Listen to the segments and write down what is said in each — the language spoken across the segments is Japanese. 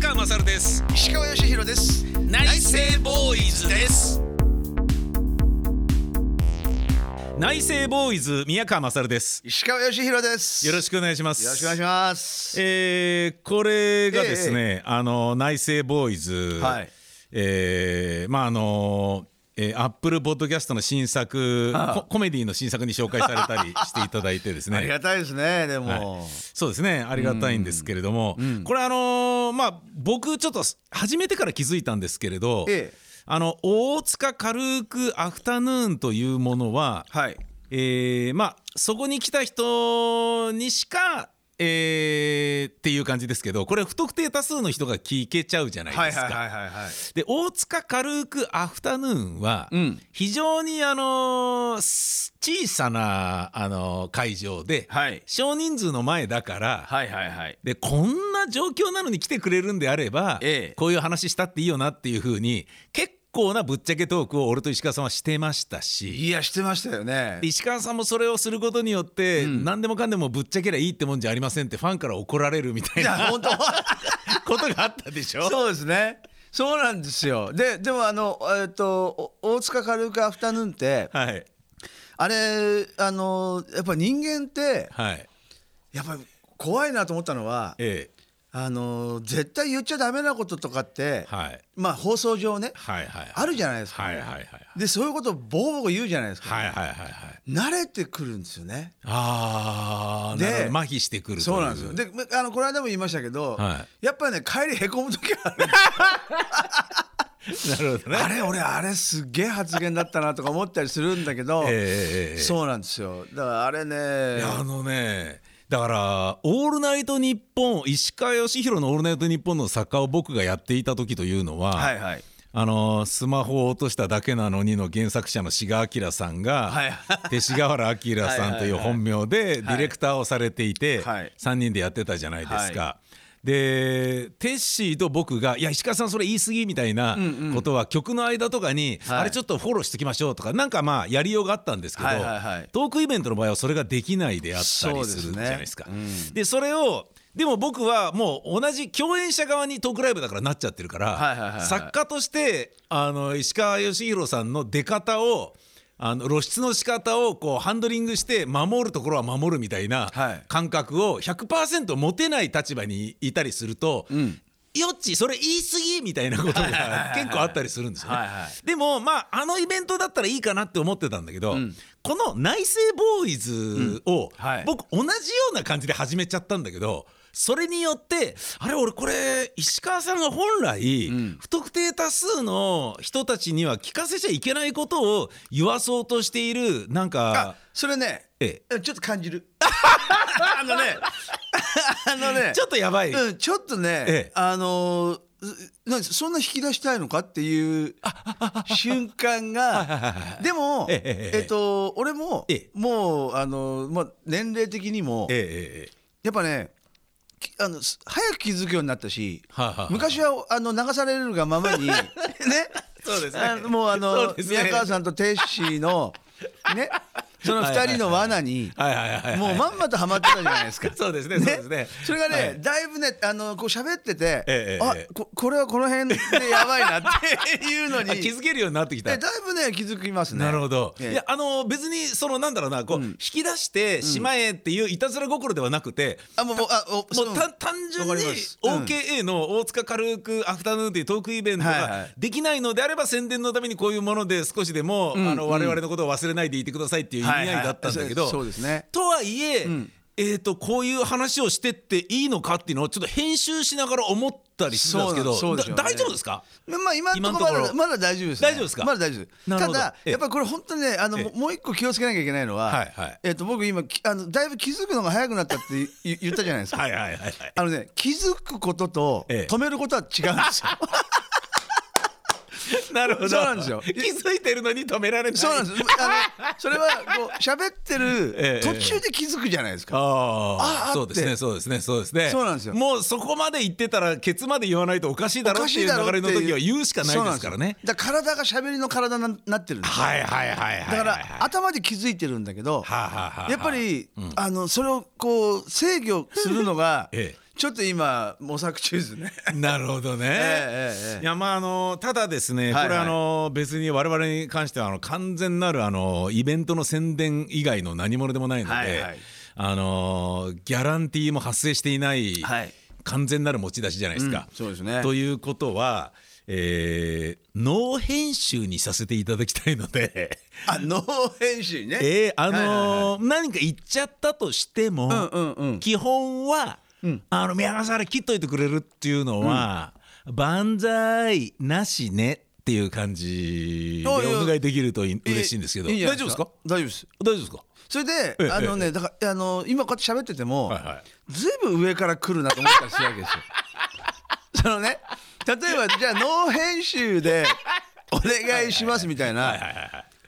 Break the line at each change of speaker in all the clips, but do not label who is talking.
川勝です
石川義弘です
内政ボーイズです内政ボーイズ宮川勝です
石川義弘です
よろし
く
くお願いします
よろしくお願いします
えーこれがですね、あの内政ボーイズ、
はい
えーまああのえー、アップルポッドキャストの新作、ココメディの新作に紹介されたりしていただいてですね
ありがたいですねでも、
そうですねありがたいんですけれども、これあのーまあ僕ちょっと始めてから気づいたんですけれど、
ええ
あの大塚軽くアフタヌーンというものは、
はい
えーまあそこに来た人にしかえーっていう感じですけどこれ不特定多数の人が聞けちゃうじゃない
はいはい
ですか。
はいはいはい
で大塚軽くアフタヌーンは、
ん
非常にあのーす小さなあのー会場で、
はい
少人数の前だから、
はいはいはい
でこんな状況なのに来てくれるんであれば、
ええ
こういう話したっていいよなっていうふうに結構なぶっちゃけトークを俺と石川さんはしてましたし
いやしてましたよね
で石川さんもそれをすることによって、何でもかんでもぶっちゃけりゃいいってもんじゃありませんってファンから怒られるみたい
いや
な
本当
ことがあったでしょ
そうですねそうなんですよででもあのえっとお大塚軽くアフタヌーンって
はい
あれあのやっぱ人間って
はい
やっぱり怖いなと思ったのは
ええ
あの絶対言っちゃダメなこととかって、
はい
まあ放送上ね
はいはい
あるじゃないですか
はいはいはい
でそういうことをボコボコ言うじゃないですか、
はいはいはいはい
慣れてくるんですよね
あー
で
なるほど麻痺してくるとい
そうなんですよでまあのこの間も言いましたけど、
は
やっぱね帰りへこむ時ある
なるほどね
あれ俺あれすげえ発言だったなとか思ったりするんだけど、
ええええええ
そうなんですよだからあれね
いやあのねだから「オールナイトニッポン」石川義弘の「オールナイトニッポン」の作家を僕がやっていた時というのは、
はいはい
あのスマホを落としただけなのに」の原作者の志賀明さんが、
はい
勅使河原明さんという本名でディレクターをされていて、
はい
3人でやってたじゃないですか。でテッシーと僕が「いや石川さんそれ言い過ぎ」みたいなことは曲の間とかに「
はい
あれちょっとフォローしてきましょう」とかなんかまあやりようがあったんですけど、
はいはいはい
トークイベントの場合はそれができないであったりするじゃないですか。
そ
で
うです
それをでも僕はもう同じ共演者側にトークライブだからなっちゃってるから、
はいはいはいはい
作家としてあの石川義弘さんの出方をあの露出の仕方をこうハンドリングして守るところは守るみたいな
はい
感覚を100%持てない立場にいたりすると、よっちそれ言い過ぎみたいなことが結構あったりするんですよね
はいはい。
でもまああのイベントだったらいいかなって思ってたんだけど、この内政ボーイズを
うんはい
僕同じような感じで始めちゃったんだけど。それによってあれ俺これ石川さんが本来不特定多数の人たちには聞かせちゃいけないことを言わそうとしているなん
あ
か
それね
え
ちょっと感じるあのねあのね
えちょっとやばい
うん、ちょっとね、
ええ
あのーうなんそんな引き出したいのかっていう瞬間がでも、
ええええ
えっと、俺も、
ええ
もうあのー、まあ、年齢的にも、
ええええええ
やっぱねきあのす早く気づくようになったし、
はあはあはあ
昔はあの流されるがま まにね
そうですね
あのもうあ
そ
の
うですね
宮川さんとテッシーのねその2人の罠に
はいはいはいはい。
もうまんまとハマってたじゃないですか
そうですねそうですね
それがね、
はい
だいぶねあのこう喋ってて、
ええ
あ
ええ
ここれはこの辺でやばいなっていうの に
あ気づけるようになってきた
えだいぶね気づきますね。
なるほど、
ええ
いやあの別にそのなんだろうなこう、引き出してしまえっていういたずら心ではなくて、
あもうもうあお
も
そう
た単純に
わかりますうん
OKA の大塚軽くアフタヌーンというトークイベント
はいは
が
い
できないのであれば宣伝のためにこういうもので少しでも、あの我々のことを忘れないでいてくださいっていう意味合いだったんだけど、
はいはいそうそうですね
とはいえ、えー、とこういう話をしてっていいのかっていうのをちょっと編集しながら思ったりしてたんですけど
そうなんそうですよね
だ大丈夫ですか
ままあ今のとこ
今
ろ
のとこ
まだ
ろ
まだ大丈夫です、ね。
大丈夫ですか
まだ大丈夫。
なる
た
ほど
だ
ええ
やっぱりこれ本当にねあの
ええ
ももう一個気をつけなきゃいけないのは、
はいはい
えっと僕今きあのだいぶ気づくのが早くなったってい 言言ったじゃないですか。
はいはいはいはい
あのね気づくことと
ええ
止めることは違うんです よ。
なるほど
そうなんですよ
気づいてるのに止められない
そうなんです。 あのそれはこう喋って
ええ
る途中で気づくじゃないですか。
あ
あ
あ
ー
そうです
あっ
ね
て
そうですねそうですね
そうなんですよ
もうそこまで言ってたらケツまで言わないとおかしいだろっ
おか
て
し
い
いうだろ
流れ
って
の時は言うしかないですからね
だから体が喋りの体になってるんですよ
はいはいはいはい
だから
は
頭で気づいてるんだけど
あはあはあはあ
やっぱりあのそれをこう制御するのが
ええ
ちょっと今模索中ですね。
なるほどね。
ええええ
いやまああのただですね、
はいはい
これあの別に我々に関してはあの完全なるあのイベントの宣伝以外の何者でもないので、
はいはい
あのギャランティーも発生していない、
はい
完全なる持ち出しじゃないですか。
うんそうですね
ということは。えー、ノー編集にさせていただきたいので、
あ、ノー編集ね。
えーあのー
はいはいは
何か言っちゃったとしても、
うんうんうん。
基本は、あの宮川さんあれ切っといてくれるっていうのは、万歳なしねっていう感じで
あいや
お願いできるとい嬉しいんですけど
いいじゃな
大
い
丈夫ですか
大丈夫です。
大丈夫ですか
それで、
ええ
あのね、だからあの今こうやって喋ってても、
はいはい
ずいぶん上から来るなと思ったりするわ けですよ。そのね、例えばじゃあノー編集でお願いしますみたいな。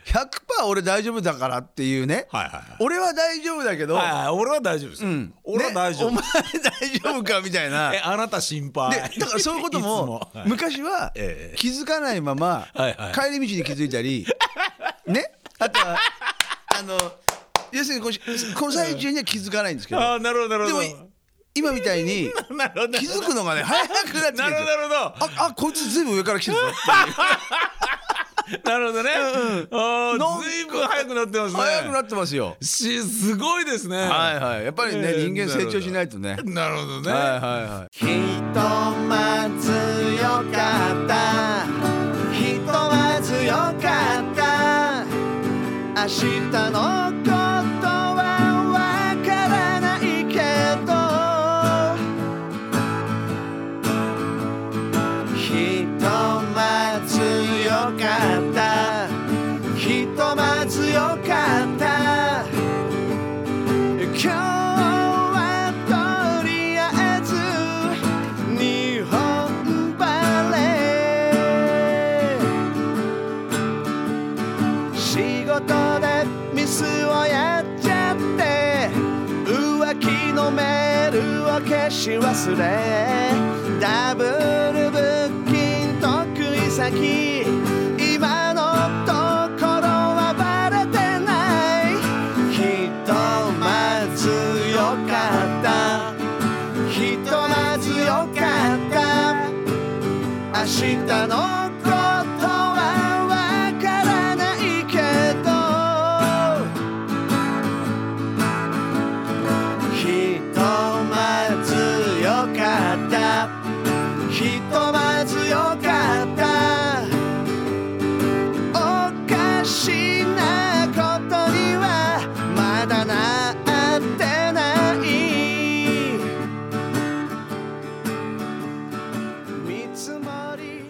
100%俺大丈夫だからっていうね、
はいはいはい
俺は大丈夫だけど、
はいはい俺は大丈夫です、
うん
俺は
ね
大丈夫、
お前大丈夫かみたい な
えあなた心配
でだからそういうこと
いつ
も
もはい
昔は
ええ
気づかないまま
はいはい
帰り道に気づいたりねあとはあの要するにこうこの最中には気づかないんですけど
あーなるほどなる
で
ほ
も
ど
い今みたいに
なるほどな
気づくのがね早くなってきてるんです
る
よ
ほどなるほど
ああこいつずいぶん上から来てるぞ
なるほどね、あ
なん
あ
か
ずいぶん 早くなってますね
早くなってますよ
しすごいですね
はいはいやっぱりね
ええ
人間成長しないとね
なるほどね、
はいはいはいひとまずよかったひとまずよかった明日のことはわからないけどひとまずよかったひとまずよかった今日はとりあえず日本バレー仕事でミスをやっちゃって浮気のメールを消し忘れダブルブッキン得意先今のところはバレてないひとまずよかったひとまずよかった明日のことはわからないけどひとまずよかったひとまずよかったおかしなことにはまだなってない見積もり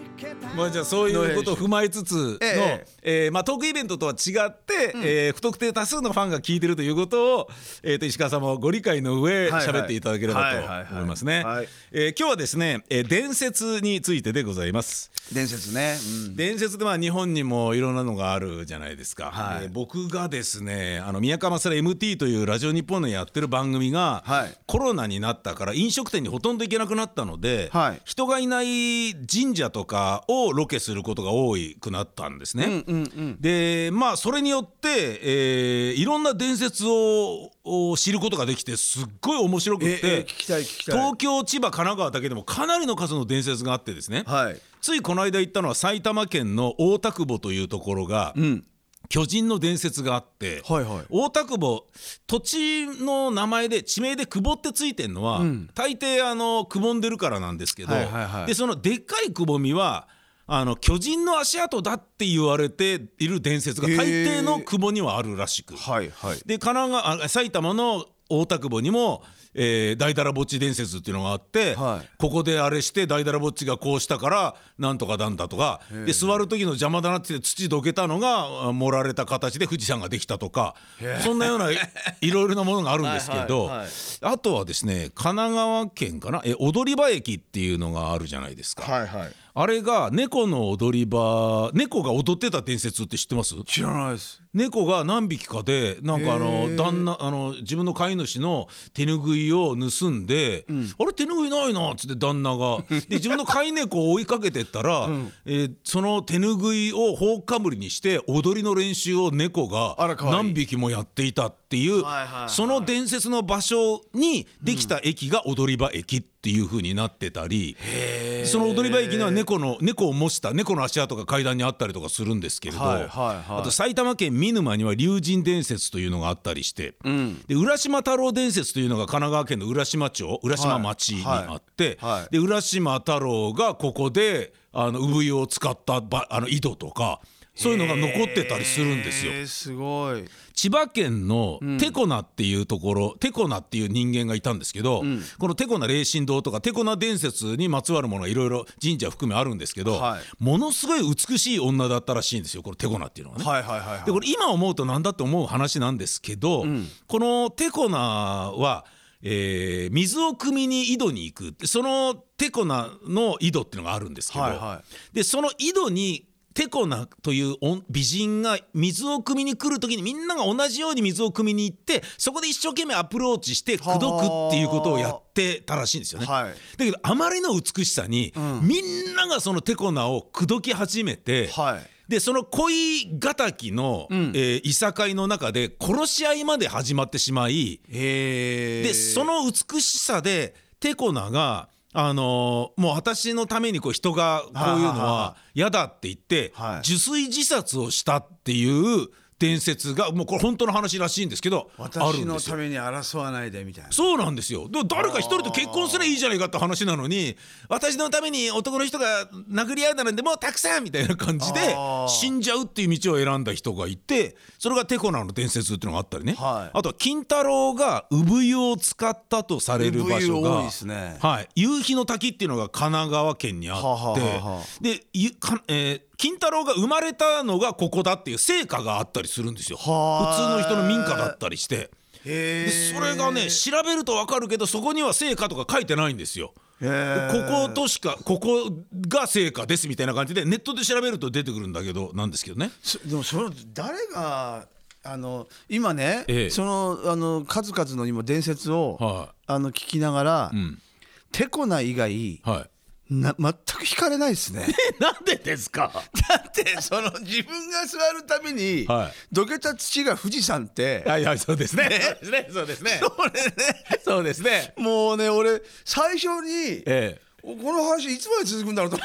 まあ、じゃあそういうことを踏まえつつの、
え
え
え
ーまあ、トークイベントとは違って、えー不特定多数のファンが聞いてるということを、えー、と石川さんもご理解の上
はい
喋っていただけれ
はいはい
ば
はい
と思いますね
はい。
えー今日はですね、えー伝説についてでございます。
伝説ね、
伝説でまあ日本にもいろんなのがあるじゃないですか、
はい
で僕がですねあの宮川さら MT というラジオ日本のやってる番組が、
はい
コロナになったから飲食店にほとんど行けなくなったので、
はい
人がいない神社とかをロケすることが多くなったんですね。でまあそれによって、えーいろんな伝説をを知ることができてすっごい面白く
え
て、
え聞きたい聞きたい
東京千葉神奈川だけでもかなりの数の伝説があってですね、
はい
ついこの間行ったのは埼玉県の大田久保というところが、
ん
巨人の伝説があって、
はいはい
大田久保土地の名前で地名で久保ってついてんのは、大抵あのくぼんでるからなんですけど、
はいはいはい
でそのでっかいくぼみはあの巨人の足跡だって言われている伝説が大抵の久保にはあるらしく。
はいはい
で神奈川あ埼玉の大田久保にも、えー大だらぼっち伝説っていうのがあって、
はい
ここであれして大だらぼっちがこうしたからなんとかなんだとかで座る時の邪魔だなって土どけたのがあ盛られた形で富士山ができたとかそんなよう ないろいろなものがあるんですけど
はいはいはい
あとはですね神奈川県かなえ踊り場駅っていうのがあるじゃないですか。
はいはい
あれが猫の踊り場猫が踊ってた伝説って知ってます
知らないです
猫が何匹かでなんかあ
へ
の
ー
旦那あの自分の飼い主の手ぬぐいを盗んで、あれ手ぬぐいないなっつって旦那 がで自分の飼い猫を追いかけてったら、えーその手ぬぐいを放っかむりにして踊りの練習を猫が
あらかわいい
何匹もやっていたっっていう
はいはいはい
その伝説の場所にできた駅が踊り場駅っていう風になってたりその踊り場駅には猫の猫を模した猫の足跡が階段にあったりとかするんですけれど
はいはいはい
あと埼玉県見沼には龍神伝説というのがあったりしてで浦島太郎伝説というのが神奈川県の浦島町浦島町にあって
はいはい
で浦島太郎がここであの産湯を使ったばあの井戸とかそういうのが残ってたりするんですよ
へ。ーすごい
千葉県のテコナっていうところ、テコナっていう人間がいたんですけど、このテコナ霊神堂とかテコナ伝説にまつわるものがいろいろ神社含めあるんですけど、
はい
ものすごい美しい女だったらしいんですよこのテコナっていうのはね。
はいはいはいはい
でこれ今思うとなんだって思う話なんですけど、このテコナは、えー水を汲みに井戸に行くそのテコナの井戸っていうのがあるんですけど、
はいは
でその井戸にテコナというお美人が水を汲みに来る時にみんなが同じように水を汲みに行ってそこで一生懸命アプローチして口説くっていうことをやってたらしいんですよね。
はい
だけどあまりの美しさに、みんながそのテコナを口説き始めて、
はい
でその恋敵の、えーいさかいの中で殺し合いまで始まってしまい
へえ
でその美しさでテコナが、あのーもう私のためにこう人がこういうの
はいはいはい
は
は
嫌だって言って、
はい
受水自殺をしたっていう伝説がもうこれ本当の話らしいんですけどある
私
んで
の
すよ
た。めに争わないでみたいな
そうなんですよで誰か一人と結婚すればいいじゃないかって話なのに私のために男の人が殴り合いだなんてもうたくさんみたいな感じで
あー
死んじゃうっていう道を選んだ人がいてそれがテコナの伝説っていうのがあったりね、
はい
あとは金太郎が産湯を使ったとされる場所
産湯多い
が
ですね
はい、夕日の滝っていうのが神奈川県にあって、
はあはあはあ
でゆか、えー金太郎が生まれたのがここだっていう成果があったりするんですよ普通
はあ
の人の民家だったりして。
へ
でそれがね調べると分かるけどそこには成果とか書いてないんですよ。
へ
で
ー
こことしかここが成果ですみたいな感じでネットで調べると出てくるんだけどなんですけどね。
そでもそれ誰があの今ね、
ええ
そのあの数々の今伝説を、
は
あの聞きながら、
ん
テコナ以外
はい。
な全く惹かれない ですね。
なんでですか。
だってその自分が座るために、
はい
どけた土が富士山っ て、
はいはいそうですね。そうですね。
これね
そうですね。
もうね俺最初に、
ええ。
おこの話いつまで続くんだろうと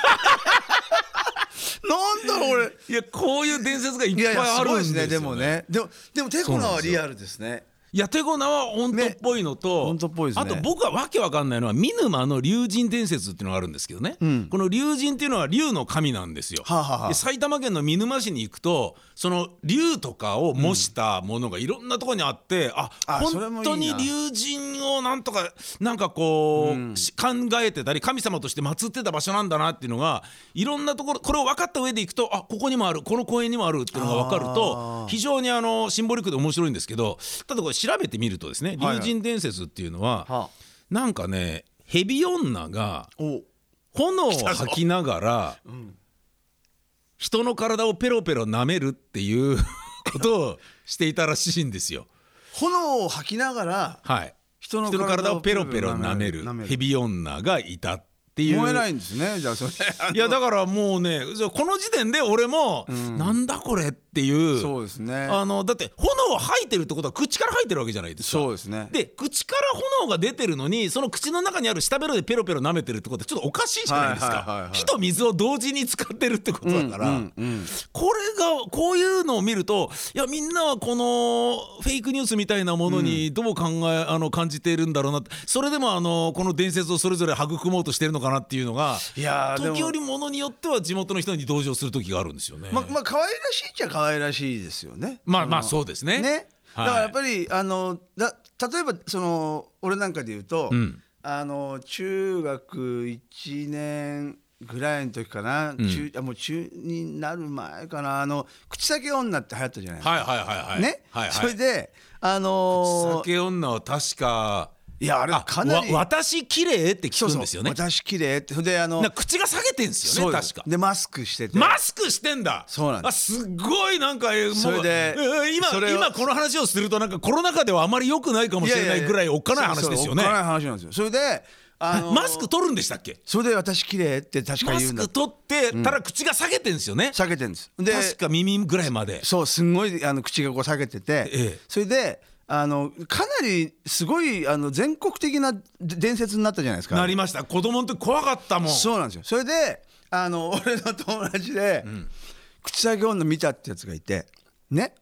なんだろう俺。
いやこういう伝説がいっ
いやいや
ぱいあ
す
るん
ごい
で
です
すよ、
ね
ね。
でも。ねでもでもテコナはリアルですね。
いやテゴナは本当っぽいのと、
ね本当っぽいですね
あと僕はわけわかんないのは見沼の龍神伝説っていうのがあるんですけどね、この龍神っていうのは龍の神なんですよ、
はあはあはあ
で埼玉県の見沼市に行くとその龍とかを模したものがいろんなところにあって、あ
あそれも
本
いいな
当に龍神をなんとかなんかこう、し考えてたり神様として祀ってた場所なんだなっていうのがいろんなところこれを分かった上で行くとあここにもあるこの公園にもあるっていうのが分かる
あー
と非常にあのシンボリックで面白いんですけどただこれ調べてみるとですね
はい
龍神伝説っていうのは、
はあ
なんかね蛇女が
お
炎を吐きながら、人の体をペロペロ舐めるっていう ことをしていたらしいんですよ。
炎を吐きながら
はい、
人の
人の体をペロペロ舐め
舐め
る
る
蛇女がいたっていう。
燃えないんですねじゃあそれ
いやだからもうねじゃあこの時点で俺も、なんだこれっていう
そうですね
あのだって炎を吐いてるってことは口から吐いてるわけじゃないですか。
そうですね
で口から炎が出てるのにその口の中にある下ベロでペロペロ舐めてるってことはちょっとおかしいじゃないです
はいはいはいは
か
い
火と水を同時に使ってるってことだから、
うんうんうん
これがこういうのを見るといやみんなはこのフェイクニュースみたいなものにどう考え、あの感じているんだろうなってそれでもあのこの伝説をそれぞれ育もうとしてるのかなっていうのが
いやーでも
時折ものによっては地元の人に同情する時があるんですよね。
ままあ可愛らしいっちゃ可愛らしいですよね
まあまあ
の
そうですね
ねだ
はい
からやっぱりあのだ例えばその俺なんかで言うと
うん
あの中学1年ぐらいの時かな、
ん
中あもう中になる前かなあの口先女って流行ったじゃないですか、
はいはいはいはい。
ね、
はいはい、
それであのー
酒女は確か
いやあれ
あ
かなり
わ私綺麗って聞くんですよね
そうそう私綺麗ってそれであの
なんか口が下げてんすよ
そう
ね
です
確か
でマスクしてて、
マスクしてんだ
そうなんで
あすっごいなんかえーもう
それで
えー今
それを
今この話をするとなんかコロナ禍ではあまり良くないかもしれないぐらいおっかない話ですよね
そうそうおっかない話なんですよそれであのー
マスク取るんでしたっけ
それで私綺麗って確か
マ
言う
ス
んだ
ク取ってたら口が下げてんすよね
下げてるんですで
確か耳ぐらいまで
そうすんごいあの口がこう下げてて、
ええ
それであのかなりすごいあの全国的な伝説になったじゃないですか
なりました子供の時怖かったもん
そうなんですよそれであの 俺の友達で、口裂け女見たってやつがいてね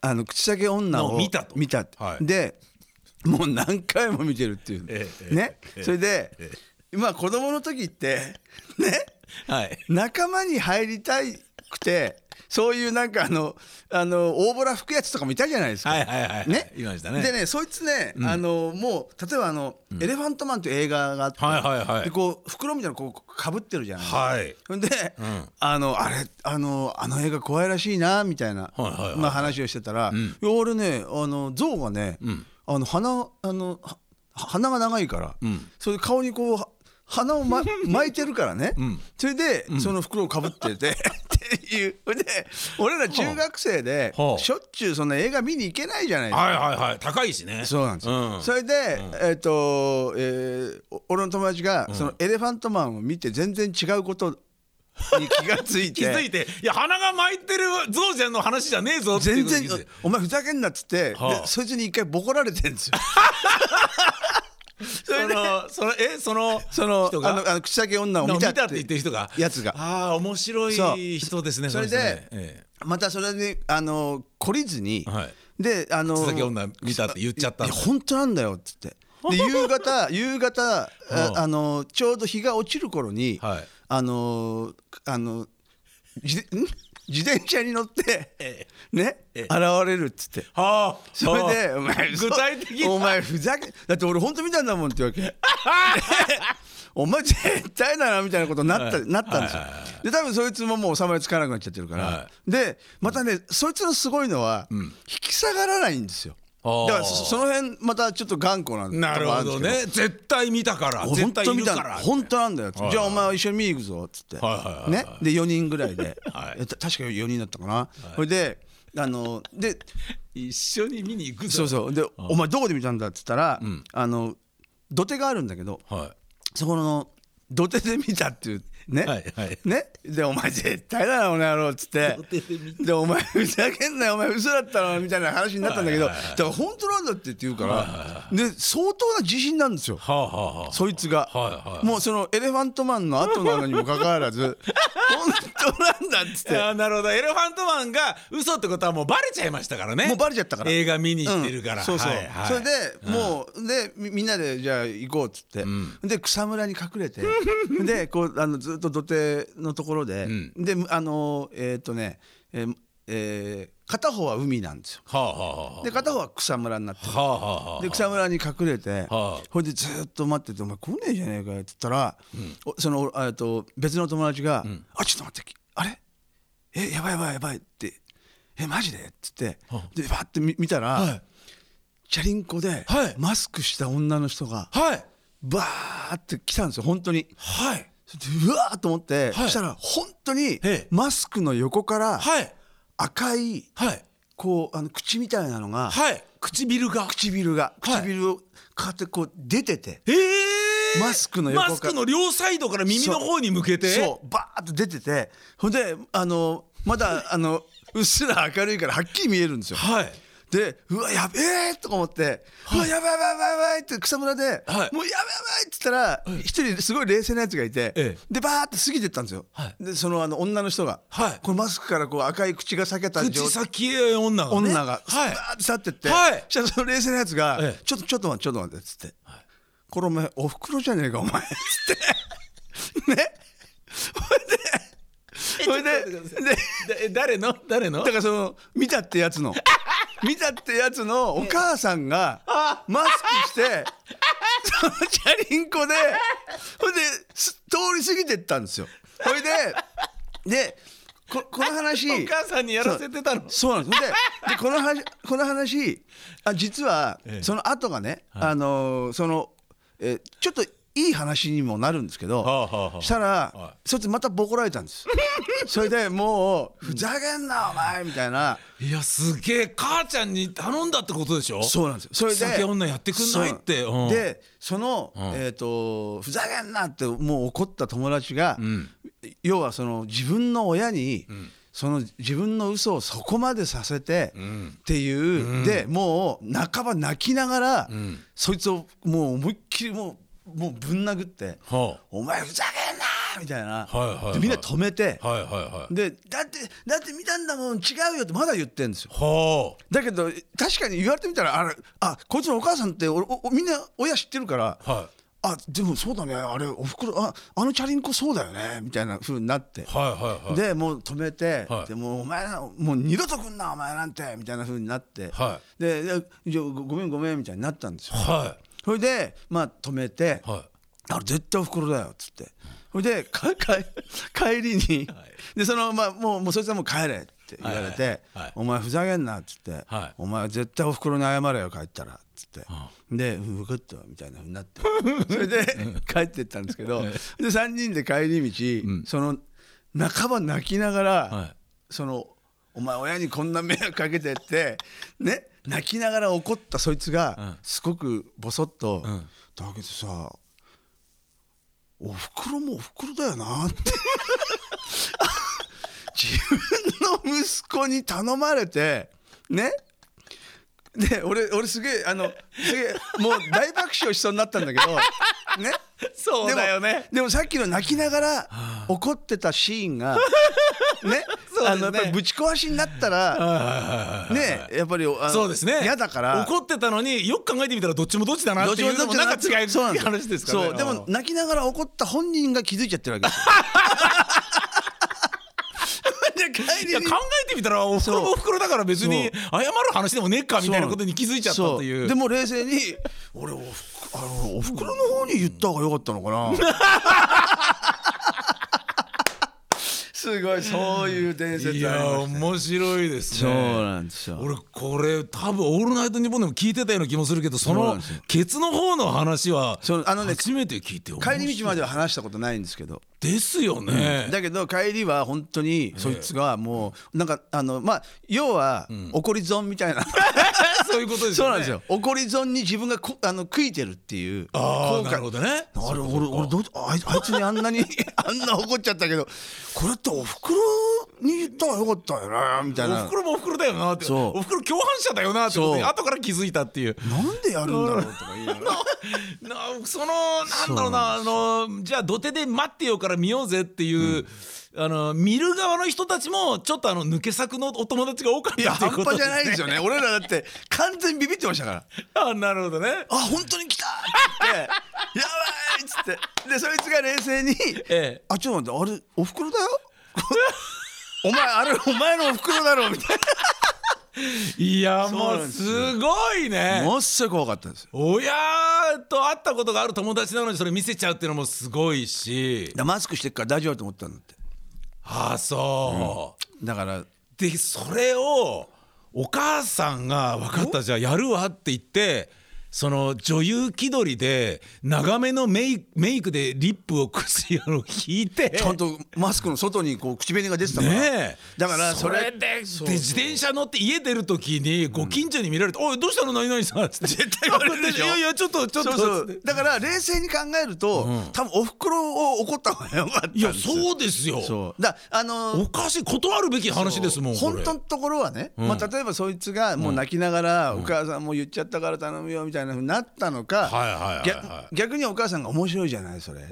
あの口裂け女を
の見たと
見たって、
はい
でもう何回も見てるっていう、
ええええ
ね、
ええ
それで、まあ子供の時ってね
はい
仲間に入りたくてそういうなんかあのあの大ボラ吹くやつとかもいたじゃないですか。
はいはいはいはい
ね、
いましたね
でねそいつね、あのもう例えばあの、エレファントマン」という映画があって、
はいはいはい
でこう袋みたいなのこうかぶってるじゃないですか。
はい
ほんで、
ん
あのあれあのあの映画怖いらしいなみたいな、
はいはいはい
まあ、話をしてたら、いや俺ねあの象がね、あの鼻あのは鼻が長いから、それで顔にこうは鼻を、ま、 巻いてるからね、それで、その袋をかぶっててっていうほんで俺ら中学生で、
はあ
しょっちゅうその映画見に行けないじゃないですか。
はいはいはい高いしね
そうなんですよ、
ん
それで、えっ、と、えーお俺の友達が、そのエレファントマンを見て全然違うことに気がついて
気づいていや鼻が巻いてる象じゃんの話じゃねえぞっていう
全
ことに
然
気づいて
お前ふざけんなっつって、
はあ
でそいつに一回ボコられてんですよ
そのそのえその
その
人
あの
が
あの口先女を
の
見
見
た
た
っ
ってて言ってる人が
やつが
ああ面白
そう
い人ですね
それで
の人ねえ
またそれであの懲りずに、
えはい
であの
口先女見たって言っちゃったん
い
だ
や本当なんだよっつって で夕方夕方あ
うん
あのちょうど日が落ちる頃に、
はい
あのあの自ん自転車に乗って、
え
ね
ええ
現れるっつって
はあ
それで
はあ
お前嘘
具体的な
お前ふざけだって俺本当見たんだも んってわけでお前絶対だなみたいなことになった,、
はい
なったんですよ、
はいはいは
で多分そいつももう収まりつかなくなっちゃってるから、
は
でまたね、そいつのすごいのは、引き下がらないんですよ
あー
だからそその辺またちょっと頑固なとこ
なる
あ
ほ
んで
ど
す
ね
け
絶対見たから
本
絶対
当
い
見
る
た
か
の
ら
本当なんだよって、
はい
じゃあお前は一緒に見に行くぞっつって、
はいはいはい
ねで4人ぐらいで、
はい
えた確か4人だったかな、それであので
一緒に見に行く
そう
う
そうで「お前どこで見たんだ?」っつったら、あの土手があるんだけど
は
そこの土手で見たっていうね、
はいはい
ねで「お前絶対だなこの野郎」っつって
土手で見
で「お前ふざけんなよお前嘘だったの」みたいな話になったんだけど、
はいはいはい
だから本当なんだってって言うから、で相当な自信なんですよ。
はあはあはあ
そいつが、
はいはい
もうそのエレファントマンの後なのにもかかわ らず本当なんだっつって
あーなるほどエレファントマンが嘘ってことはもうバレちゃいましたからね
もうバレちゃったから
映画見に行ってるから、
うんそうそう、
はいはい
それで、もうでみみんなでじゃあ行こうっつって、で草むらに隠 れてでこうあのずっと土手のところで、
ん
であのえーっ、とね、えーえー片方は海なんですよ
はあはあはあ
で片方は草むらになってる
はあはあはあ
で草むらに隠れて
はあ
ほいでずっと待ってて「お前来ねえじゃねえかよ」っつったら、おそのあえっと別の友達が「あちょっと待ってあれえやばいやばいやばい」って「えマジで?」っつってでバッて見見たら、
はい
チャリンコで、
はい
マスクした女の人が
はい
バーって来たんですよ本当に。
はい
それでうわーっと思って、
はい
そしたら本当に
え
マスクの横から
はい
赤い
はい
こうあの口みたいなのが、
はい唇が
唇が
はい
唇をかってこう出てて。
ええー、
マスクの横から
マスクの両サイドから耳の方に向けて
そうバーッと出ててほんであのまだあのうっすら明るいからはっきり見えるんですよ
はい
でうわやべえとか思って、うわやばいやばいやばいやばいって草むらで、
はい
もうやばいやばいって言ったら一、人すごい冷静なやつがい
え
て、
え
でバーって過ぎてったんですよ、
はい
でそのあの女の人が、
はい
このマスクからこう赤い口が裂けた
口先へ女が、ね、
女がバ
はい
ーって去ってって、
はい
そしたらその冷静なやつが、
ええ
ちょっとちょっと待ってちょっと待って」っつって、これお前おふくろじゃねえかお前」っつって ねほいでほいでで
だえ誰の誰の
だからその見たってやつ の見たってやつのお母さんがマスクしてそのチャリンコでほいです通り過ぎてったんですよほいででここの話
お母さんにやらせてたの
そうなんですででこの話この話あ実は
ええ
その後がね、あのーその、えーちょっといい話にもなるんですけど、
はあはあはあ
したら、
は
そいつまたボコられたんですそれでもう「ふざけんなお前」みたいな、
いやすげえ母ちゃんに頼んだってことでしょ
そうなんですよそれで
酒女やってくんないって
そう
うん
でその、
ん
えー、とふざけんなってもう怒った友達が、
ん
要はその自分の親に、その自分の嘘をそこまでさせて
ん
っていう、でもう半ば泣きながら、
ん
そいつをもう思いっきりもうもうぶん殴って
は
「お前ふざけんな!」みたいな、
はいはいはい
でみんな止めて、
あ、はいはいはい
でだってだって見たんだもん違うよってまだ言ってんですよ。
は
だけど確かに言われてみたらあれあこいつのお母さんっておおみんな親知ってるから、
あ、はい
あでもそうだねあれおふくろああのチャリンコそうだよねみたいな風になって、
はいはいはい
でもう止めて、
はい
でもうお前らもう二度と来んなお前なんてみたいな風になって、
は
ででじゃあごごめんごめんみたいになったんですよ。
は
それでまあ止めて、
いはい
あれ絶対おふくろだよっつってそれでか か帰りに、でそのまあもうもうそいつはもう帰れって言われて、
はいはいはい
お前ふざけんなっつって、
はい
お前絶対おふくろに謝れよ帰ったらっつって、でうん分かったみたいなふうになってそ れで帰ってったんですけどで3人で帰り道、その半ば泣きながら、
はい
そのお前親にこんな迷惑かけてってね泣きながら怒ったそいつ
うん
がすごくボソッと、
ん
だけどさおふくろもおふくろだよなって自分の息子に頼まれてねで俺俺すげえあのすげえもう大爆笑しそうになったんだけどね
そうだよね
でもでもさっきの泣きながら怒ってたシー ンがね
そうですね
あのやっぱりぶち壊しになったらねやっぱりあの
そうですね
嫌だから
怒ってたのによく考えてみたらどっちもどっちだな
ど
っ
ってち
い
も
うの
どっ
も
ちだ
なんか違い
そうなんです
話ですからね
そうで
あ
も
の
泣きながら怒った本人が気づいちゃってるわけ ですよで帰
い
り
や
に
考えてみたらおふくろもおふくろだから別に謝る話でもねえかみたいなことに気づいちゃったってい
そうでも冷静に俺おふくあのおふくろの方に言った方が良かったのかなすごいそういう伝説あ
い
りま
や
した
面白いですね
んですよ
俺これ多分「オールナイトニッポン」でも聞いてたような気もするけどそ
そうなん
の
ですよ
ケツの方の話は
そうあのね
初めて聞いて
帰り道ま
で
では話したことないんですけど
ですよね
だけど帰りは本当にそいつがもうなんかあのまあ要は怒り損みたいな
そういうことです
そう
よね
なんですよ 怒り損に自分がこあの悔いてるっていう
ああ
後
な
悔
るほどね
あれ俺俺どうあい あいつにあんなにあんな怒っちゃったけどこれっておふくろに言ったらよかったよなみたい
お
な
ふくろもおふくろだよなって
そう
おふくろ共犯者だよなってことに
そう
後から気づいたっていう
なんでやるんだろうとか言いながら
なそのなんだろうなあのじゃあ土手で待ってようから見ようぜっていう、あの見る側の人たちもちょっとあの抜け作のお友達が多か
い
っ
や
たっていうこ
半
と
端じゃないですよね俺らだって完全にビビってましたから
あなるほどね
あ本当に来たって 言ってやばいっつってでそいつが冷静に
ええ
あちょっと待ってあれおふくろだよ お前あれお前のおふくろだろみたい
いや
そうな
も
ん
う
です
すごい
な
ね
ものすごい怖かったんですよ
親と会ったことがある友達なのにそれ見せちゃうっていうのもすごいし
でマスクしてっから大丈夫だと思ったんだって
ああそう、
だから
でそれをお母さんが「分かったじゃあやるわ」って言ってその女優気取りで長めのメイメイクでリップをくすよを引いて
ちゃんとマスクの外にこう口紅が出てたから、
ねえ
だからそ
それ
れ
でで自転車乗って家出る時にご近所に見られて「おいどうしたの何々さん」っつって絶対
言われるでしょ
いやいやちょっとちょっと
そう
っ
そ
つって
うだから冷静に考えると、多分おふくろを怒った方がよかったんで
い
すよ
やそうですよ
そうだあの
おかしい断るべき話ですもんこれ
本当のところはね、まあ、例えばそいつがもう泣きながら、お母さんもう言っちゃったから頼むよみたいなふうになったのか、
はいはいはいは
逆逆にお母さんが面白いじゃない それね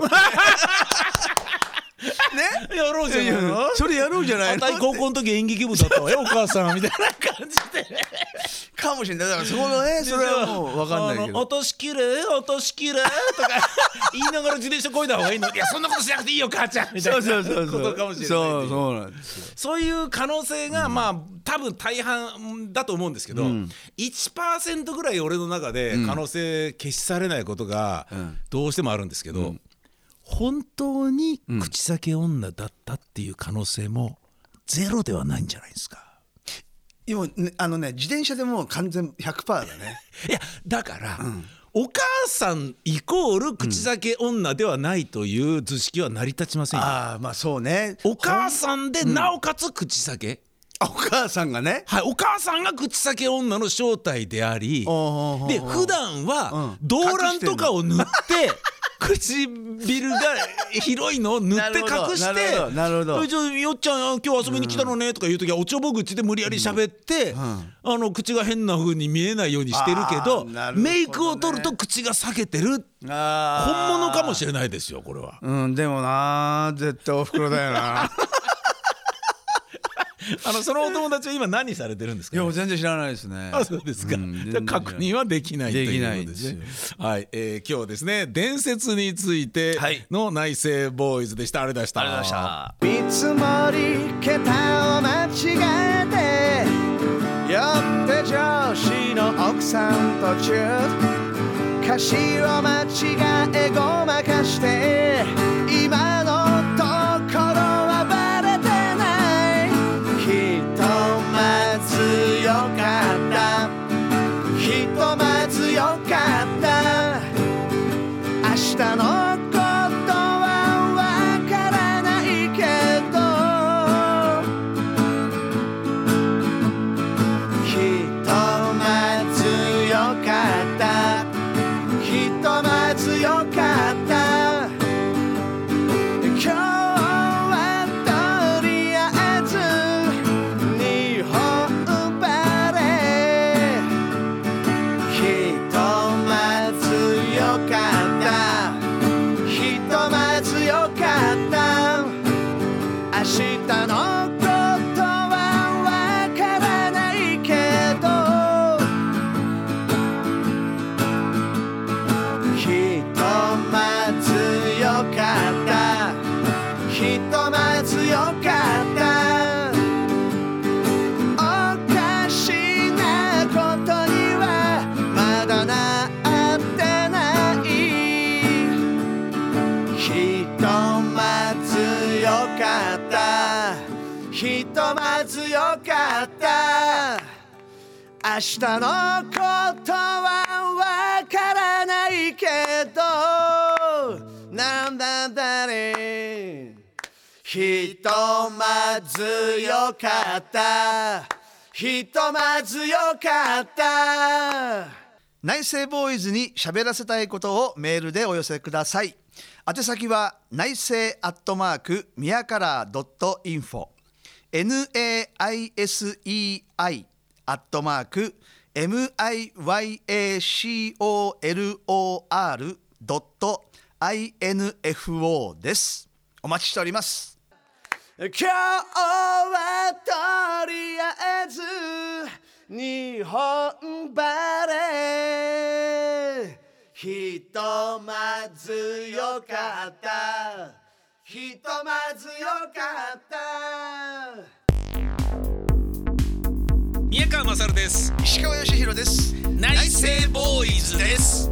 やろうじゃないの
それやろうじゃない
あ
の
たい高校の時演劇部だったわよお母さんみたいな感じで
かもしれないだからそこのねそれはもう分かんないけ
あの
ど
私綺麗私綺麗とか 言いながら自転車こいだ方がいいのいやそんなことしなくていいよ母ちゃんみたい
そ
な
うそうそう
こ
そう
とかもしれないっていう
そうそうなんですよ
そういう可能性が、まあ多分大半だと思うんですけど、1%ぐらい俺の中で可能性消しされないことが
ん
どうしてもあるんですけど、本当に口先女だったっていう可能性もゼロではないんじゃないですか。
今ねあのね自転車でもう完全100%だね
いやだから、お母さんイコール口先女ではないという図式は成り立ちませんよ、
ああまあそうね
お母さんでなおかつ口先、
あお母さんがね
はい、お母さんが口先女の正体であり
おうおうおうおう
で普段は
うん
動乱とかを塗って 唇が広いのを塗って隠し
な
て
るほどなるほどなるほど
それじゃあよっちゃんあ今日遊びに来たのね」とか言う時はおちょぼ口で無理やり喋って、あの口が変な風に見えないようにしてるけ
あ
ど
ーなるほどね
メイクを取ると口が裂けてる本
本
物かもしれないですよこれは。
うんでもな絶対おふくろだよな
あのそのお友達は今何されてるんです
い
か、
や全然知らないですね
あそうですか、
うん全然
じゃあ確認はできないと
でき
い
な
うこ
い
と
んで
ですす
よ
ねはい、えー今日はですね伝説について
はい
の内政ボーイズでしたありがとうございました
見積もり桁を間違えてよって上司の奥さん途中歌詞を間違えごまかして今のところはバレてないひとまずよかったひとまずよかった明日のことはわからないけどひとまずよかったひとまずよかった今日はとりあえず日本バレーひとまずよかったひとまずよかった明日のことはわからないけどひとまずよかったひとまずよかったおかしなことにはまだなってないひとまずよかったひとまずよかった明日のことはわからないけどなんだだれひとまずよかったひとまずよかった内政ボーイズに喋らせたいことをメールでお寄せください宛先は内政アットマークミヤカラードットインフォ naisei アットマーク miyacallor ドット info ですお待ちしております今日はとりあえず日本バレーひとまずよかったひとまずよかった
宮川勝です
石川義弘です
内政ボーイズです